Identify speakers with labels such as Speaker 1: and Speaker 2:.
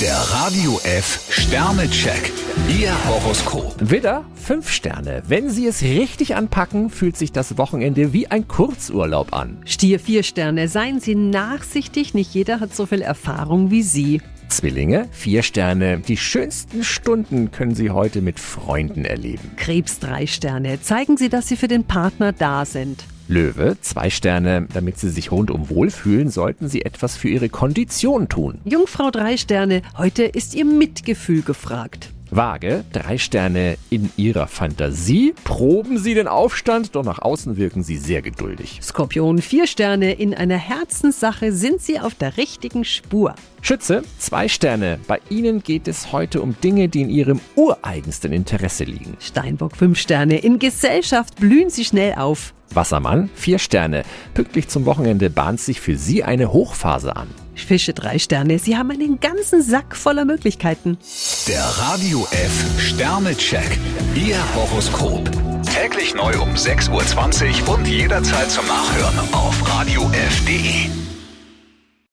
Speaker 1: Der Radio F Sternecheck. Ihr Horoskop.
Speaker 2: Widder, 5 Sterne. Wenn Sie es richtig anpacken, fühlt sich das Wochenende wie ein Kurzurlaub an.
Speaker 3: Stier vier Sterne, seien Sie nachsichtig, nicht jeder hat so viel Erfahrung wie Sie.
Speaker 2: Zwillinge, 4 Sterne. Die schönsten Stunden können Sie heute mit Freunden erleben.
Speaker 3: Krebs drei Sterne, zeigen Sie, dass Sie für den Partner da sind.
Speaker 2: Löwe, 2 Sterne. Damit Sie sich rundum wohlfühlen, sollten Sie etwas für Ihre Kondition tun.
Speaker 3: Jungfrau drei Sterne, heute ist Ihr Mitgefühl gefragt.
Speaker 2: Waage, 3 Sterne. In Ihrer Fantasie proben Sie den Aufstand, doch nach außen wirken Sie sehr geduldig.
Speaker 3: Skorpion vier Sterne, in einer Herzenssache sind Sie auf der richtigen Spur.
Speaker 2: Schütze, 2 Sterne. Bei Ihnen geht es heute um Dinge, die in Ihrem ureigensten Interesse liegen.
Speaker 3: Steinbock fünf Sterne, in Gesellschaft blühen Sie schnell auf.
Speaker 2: Wassermann, vier Sterne. Pünktlich zum Wochenende bahnt sich für Sie eine Hochphase an.
Speaker 3: Fische drei Sterne, Sie haben einen ganzen Sack voller Möglichkeiten.
Speaker 1: Der Radio F Sternecheck. Ihr Horoskop. Täglich neu um 6.20 Uhr und jederzeit zum Nachhören auf Radio radiof.de.